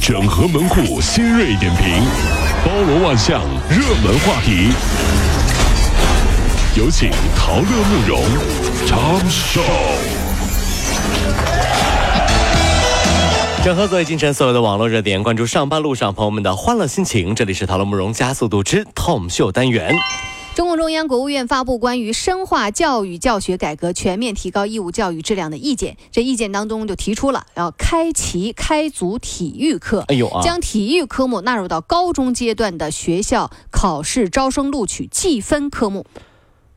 整合门户新锐点评，包罗万象，热门话题。有请陶乐慕容长寿。整合所有京城所有的网络热点，关注上班路上朋友们的欢乐心情。这里是《讨论慕容加速度之 Tom 秀》单元。中共中央、国务院发布关于深化教育教学改革、全面提高义务教育质量的意见。这意见当中就提出了要开齐、开足体育课，哎呦啊，将体育科目纳入到高中阶段的学校考试招生录取计分科目。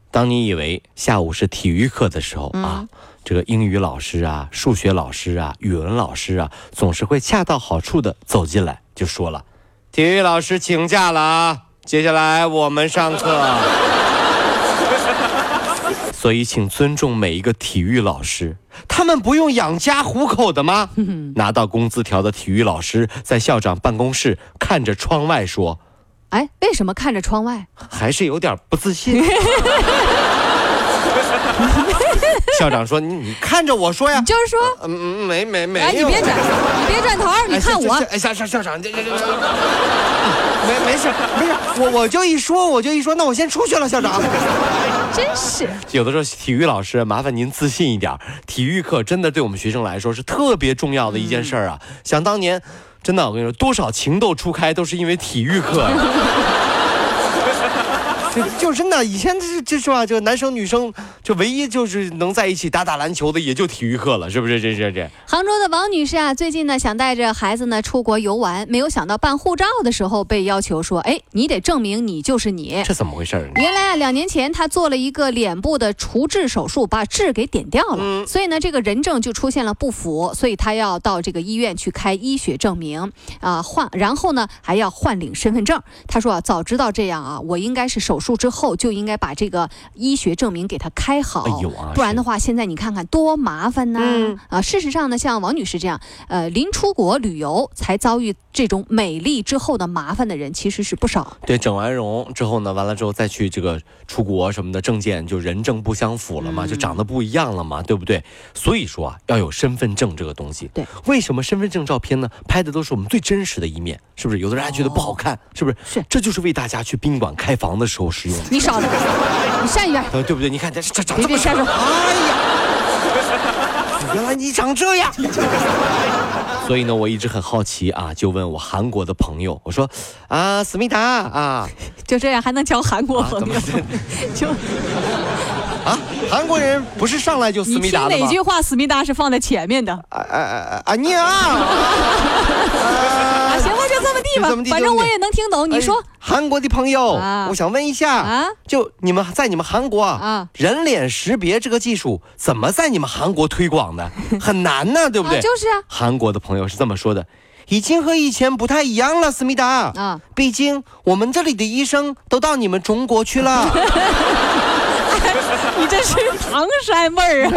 当你以为下午是体育课的时候啊，这个英语老师啊、数学老师啊、语文老师啊，总是会恰到好处的走进来，就说了：“体育老师请假了啊，接下来我们上课。”所以，请尊重每一个体育老师，他们不用养家糊口的吗？拿到工资条的体育老师在校长办公室看着窗外说哎，为什么看着窗外？：“还是有点不自 信。”校长说：“你你看着我说呀你，就是说，嗯嗯，没没没有。哎，你别转，你别转头，你哎看校我校，哎，校校校长，这这这，这嗯没没事没事，我我就一说我就一说，那我先出去了，校长。真是。有的时候体育老师，麻烦您自信一点儿，体育课真的对我们学生来说是特别重要的一件事儿啊。想当年，真的我跟你说，多少情窦初开都是因为体育课啊 呀。就就真的，以前就是就是吧，就男生女生就唯一就是能在一起打打篮球的，也就体育课了，是不是？这这这。杭州的王女士啊，最近呢想带着孩子呢出国游玩，没有想到办护照的时候被要求说，哎，你得证明你就是你。这怎么回事儿？原来啊，两年前她做了一个脸部的除痣手术，把痣给点掉了，嗯所以呢，这个人证就出现了不符，所以她要到这个医院去开医学证明啊、换，然后呢还要换领身份证。她说啊，早知道这样啊，我应该是手术之后就应该把这个医学证明给他开好，哎呦啊不然的是话，现在你看看多麻烦呐、嗯啊，事实上呢，像王女士这样，呃，临出国旅游才遭遇这种美丽之后的麻烦的人，其实是不少。对，整完容之后呢，完了之后再去这个出国什么的，证件就人证不相符了嘛，嗯就长得不一样了嘛，对不对？所以说啊，要有身份证这个东西。对，为什么身份证照片呢？拍的都是我们最真实的一面，是不是？有的人还觉得不好看，是不是？哦是这就是为大家去宾馆开房的时候 使用的，你 少来，你善远，呃对不对？你看这这长别这别么瞎说。原来你长这样。所以呢，我一直很好奇啊，就问我韩国的朋友，我说啊，思密达啊，就这样还能交韩国啊，朋怎友么？ 就 啊？韩国人不是上来就思你密听达的吗？哪句话，思密达是放在前面的啊啊啊啊！你 啊，啊？行吧，就这么地就这么吧，地就这反正么我地也能听懂。你说哎韩国的朋友，啊我想问一下，啊就你们在你们韩国啊人脸识别这个技术怎么在你们韩国推广 的？很难呢，对不对？啊，就是啊韩国的朋友是这么说的。已经和以前不太一样了，思密达。啊，毕竟我们这里的医生都到你们中国去 了。你这是唐山味儿啊，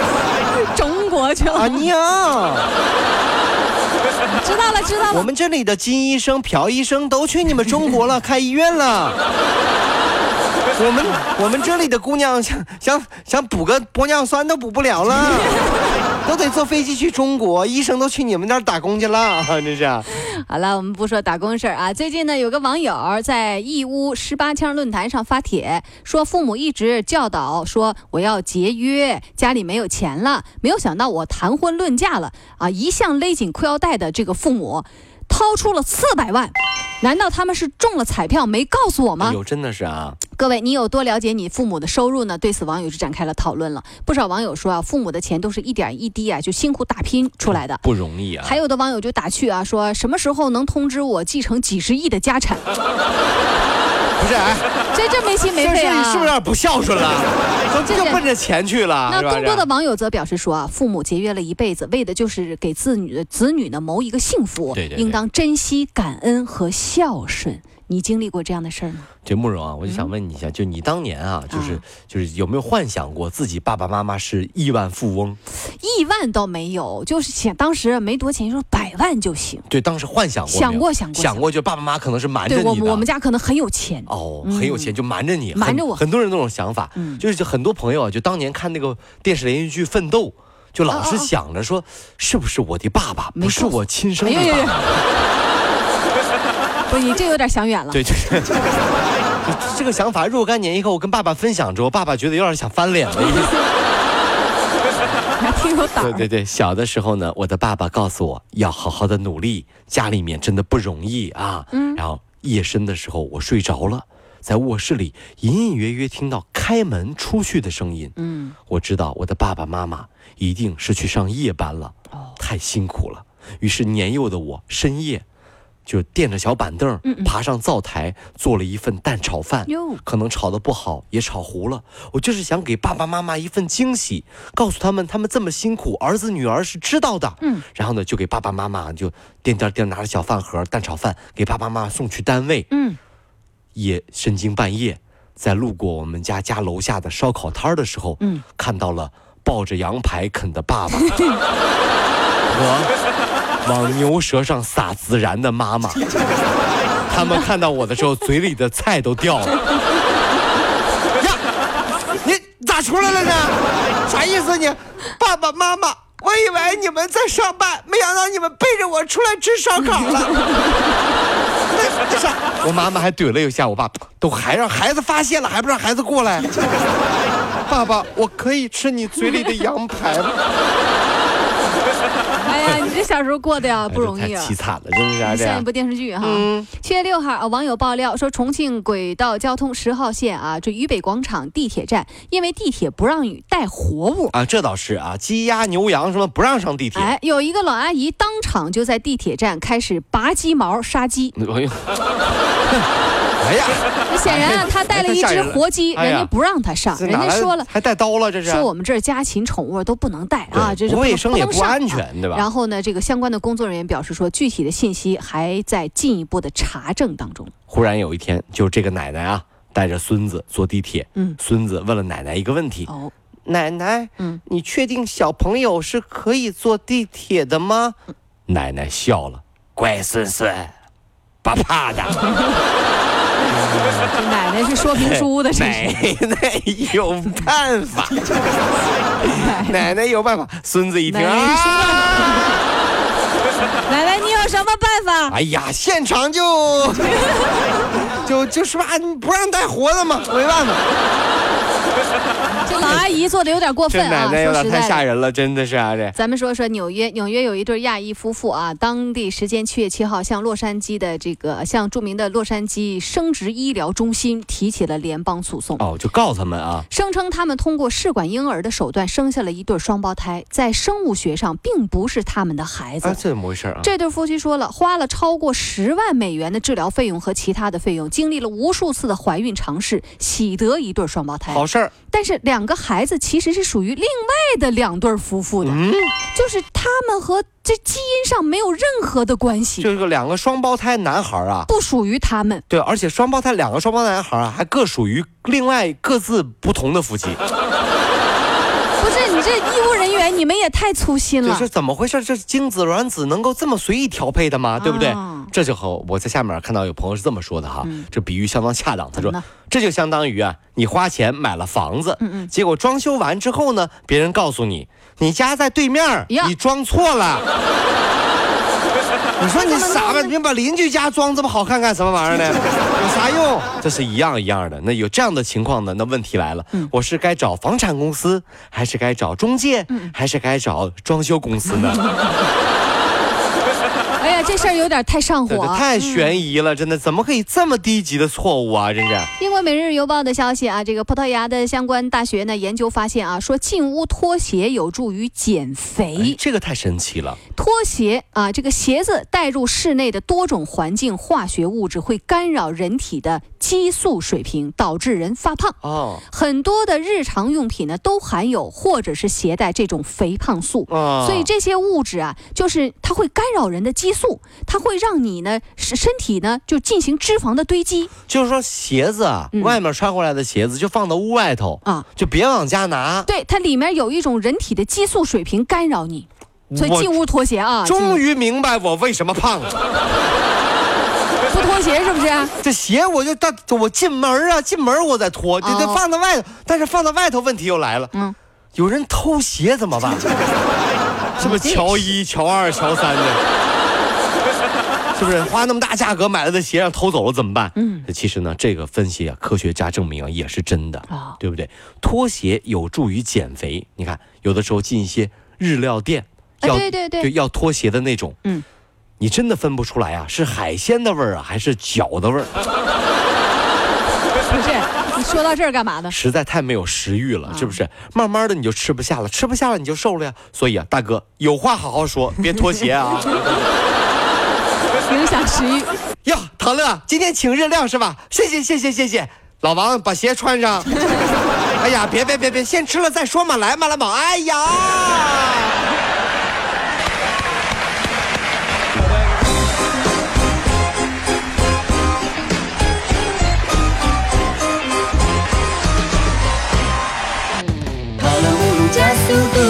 中国腔。啊你啊，知道了，知 道我了。们这里的金医生、朴医生都去你们中国了，开医院了。我们我们这里的姑娘想想想补个玻尿酸都补不了了，都得坐飞机去中国，医生都去你们那儿打工去了，这啊是。好了，我们不说打工事儿啊。最近呢，有个网友在义乌十八腔论坛上发帖，说父母一直教导说我要节约，家里没有钱了，没有想到我谈婚论嫁了啊！一向勒紧裤腰带的这个父母，掏出了四百万。难道他们是中了彩票没告诉我吗？哎呦，真的是啊，各位，你有多了解你父母的收入呢？对此，网友就展开了讨论了。不少网友说啊，父母的钱都是一点一滴啊，就辛苦打拼出来的。不容易啊还有的网友就打趣啊，说什么时候能通知我继承几十亿的家产？不是，哎，这这没心没这肺事儿啊！是不是有点不孝顺了？都这就这奔着钱去了，那啊是吧更多这的网友则表示说啊，父母节约了一辈子，为的就是给子女子女呢谋一个幸福，对对对应当珍惜、感恩和孝顺。你经历过这样的事儿吗？这慕容啊，我就想问你一嗯下，就你当年啊，就是、就是有没有幻想过自己爸爸妈妈是亿万富翁？亿万倒没有，就是想当时没多钱，说百万就行。对，当时幻想过没有想过想过想过，就爸爸妈妈可能是瞒着对你的。我我们家可能很有钱，哦，很有钱就瞒着你，瞒着很我很多人都有这种想法，嗯就是很多朋友啊，就当年看那个电视连续剧《奋斗》。就老是哦哦哦想着说，是不是我的爸爸没不是告诉我亲生哎的呦爸呦呦 爸？！不是你这有点想远了。对，就是这这个想法若干年以后，我跟爸爸分享之后，爸爸觉得有点想翻脸了。还挺有胆对儿。对对，小的时候呢，我的爸爸告诉我要好好的努力，家里面真的不容易啊。然后夜深的时候，我睡着了，在卧室里隐隐约约听到开门出去的声音。嗯，我知道我的爸爸妈妈一定是去上夜班了，哦太辛苦了。于是年幼的我深夜就垫着小板凳，爬上灶台做了一份蛋炒饭嗯哟，可能炒的不好也炒糊了。我就是想给爸爸妈妈一份惊喜，告诉他们他们这么辛苦，儿子女儿是知道的。嗯，然后呢，就给爸爸妈妈就颠颠颠拿着小饭盒蛋炒饭给爸爸妈妈送去单位。嗯，也深更半夜，在路过我们家家楼下的烧烤摊儿的时候，嗯，看到了抱着羊排啃的爸 爸和往牛舌上撒孜然的妈妈。他们看到我的时候，嘴里的菜都掉了。 呀，你咋出来了呢？啥意思你？爸爸妈妈，我以为你们在上班，没想到你们背着我出来吃烧烤了。那啥，我妈妈还怼了一下我爸，都还让孩子发现了，还不让孩子过来。爸爸，我可以吃你嘴里的羊排吗？ 哎呀，你这小时候过得呀不容哎易这啊太。凄惨了，真是啥这像一样嗯部电视剧哈。七月六号，呃网友爆料说，重庆轨道交通十号线啊，这渝北广场地铁站，因为地铁不让带活物，啊？这倒是啊，鸡鸭牛羊什么不让上地铁。哎，有一个老阿姨当场就在地铁站开始拔鸡毛杀鸡。哎呦，哎呀，那显然 啊，她带了太一吓只人了活鸡，哎呀人家不让她上，这人哪家来说了。还带刀了，这是啊说我们这儿家禽宠物都不能带啊，这对是不卫生也能不上安啊全，对吧？然后呢，这个相关的工作人员表示说，具体的信息还在进一步的查证当中。忽然有一天，就这个奶奶啊，带着孙子坐地铁，嗯，孙子问了奶奶一个问题，哦，奶奶，嗯你确定小朋友是可以坐地铁的吗？奶奶笑了，乖哎孙孙，不怕的。这奶奶是说明书的，是 不奶是？奶有办 法，奶奶有办法。孙子一听奶奶有啊，奶奶，你有什么办法？哎呀，现场就就就是吧，你不让带活的嘛，没办法。这老阿姨做的有点过这分啊！奶奶有说点实太在吓的。人了，真的是啊，这咱们说说纽约，纽约有一对亚裔夫妇啊，当地时间七月七号向洛杉矶的这个向著名的洛杉矶生殖医疗中心提起了联邦诉讼。哦，就告他们啊，声称他们通过试管婴儿的手段生下了一对双胞胎，在生物学上并不是他们的孩子。啊，这怎么回事啊？哎这对夫妻说了，花了超过十万美元的治疗费用和其他的费用，经历了无数次的怀孕尝试，喜得一对双胞胎。好事儿，但是两个孩子其实是属于另外的两对夫妇的，嗯就是他们和这基因上没有任何的关系，就是两个双胞胎男孩啊，不属于他们。对，而且双胞胎两个双胞胎男孩啊，还各属于另外各自不同的夫妻，不是你这医务人员，你们也太粗心就了是。怎么回事？这精子卵子能够这么随意调配的吗？对不对啊？这就和我在下面看到有朋友是这么说的哈，这比喻相当恰当。他怎么说呢，这就相当于啊，你花钱买了房子，嗯结果装修完之后呢，别人告诉你你家在对面儿，呀你装错 了。你说你傻吧？你把邻居家装这么好看干什么玩意儿 呢？有啥用？这是一样一样的。那有这样的情况呢？那问题来了，嗯我是该找房产公司，还是该找中介，嗯还是该找装修公司 呢？哎呀，这事儿有点太上对火对，啊。 太悬疑了，真的，怎么可以这么低级的错误啊？真是。英国《每日邮报》的消息啊，这个葡萄牙的相关大学呢研究发现啊，说进屋脱鞋有助于减哎肥。这个太神奇了，脱鞋啊，这个鞋子带入室内的多种环境化学物质会干扰人体的激素水平，导致人发胖。哦，很多的日常用品呢都含有或者是携带这种肥胖素。啊，所以这些物质啊，就是它会干扰人的激素，它会让你呢身身体呢就进行脂肪的堆积就是说鞋子啊，嗯外面穿回来的鞋子就放到屋外头，啊，就别往家拿。对，它里面有一种人体的激素水平干扰你，所以我进屋脱鞋啊，终于明白我为什么胖了，进不脱鞋是不是？这鞋我就到我进门啊，进门我再脱，这这哦放到外头，但是放到外头问题又来了，嗯，有人偷鞋怎么 办？是不是乔一、乔二、乔三的？ 是不是花那么大价格买了的鞋让偷走了怎么办？嗯，其实呢，这个分析啊，科学家证明啊也是真的，哦对不对？脱鞋有助于减肥。你看，有的时候进一些日料店，啊要、对对对就要脱鞋的那种，嗯，你真的分不出来啊，是海鲜的味儿啊，还是脚的味儿？不是，你说到这儿干嘛呢？实在太没有食欲了，啊是不是？慢慢的你就吃不下了，吃不下了你就瘦了呀。所以啊，大哥有话好好说，别脱鞋啊。影响食欲。哟，陶乐，今天请日料是吧？谢谢谢谢谢谢，老王把鞋穿上。哎呀，别别别别，先吃了再说嘛，来嘛来嘛。哎呀，跑了五路加速度，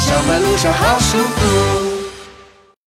上班路上好舒服。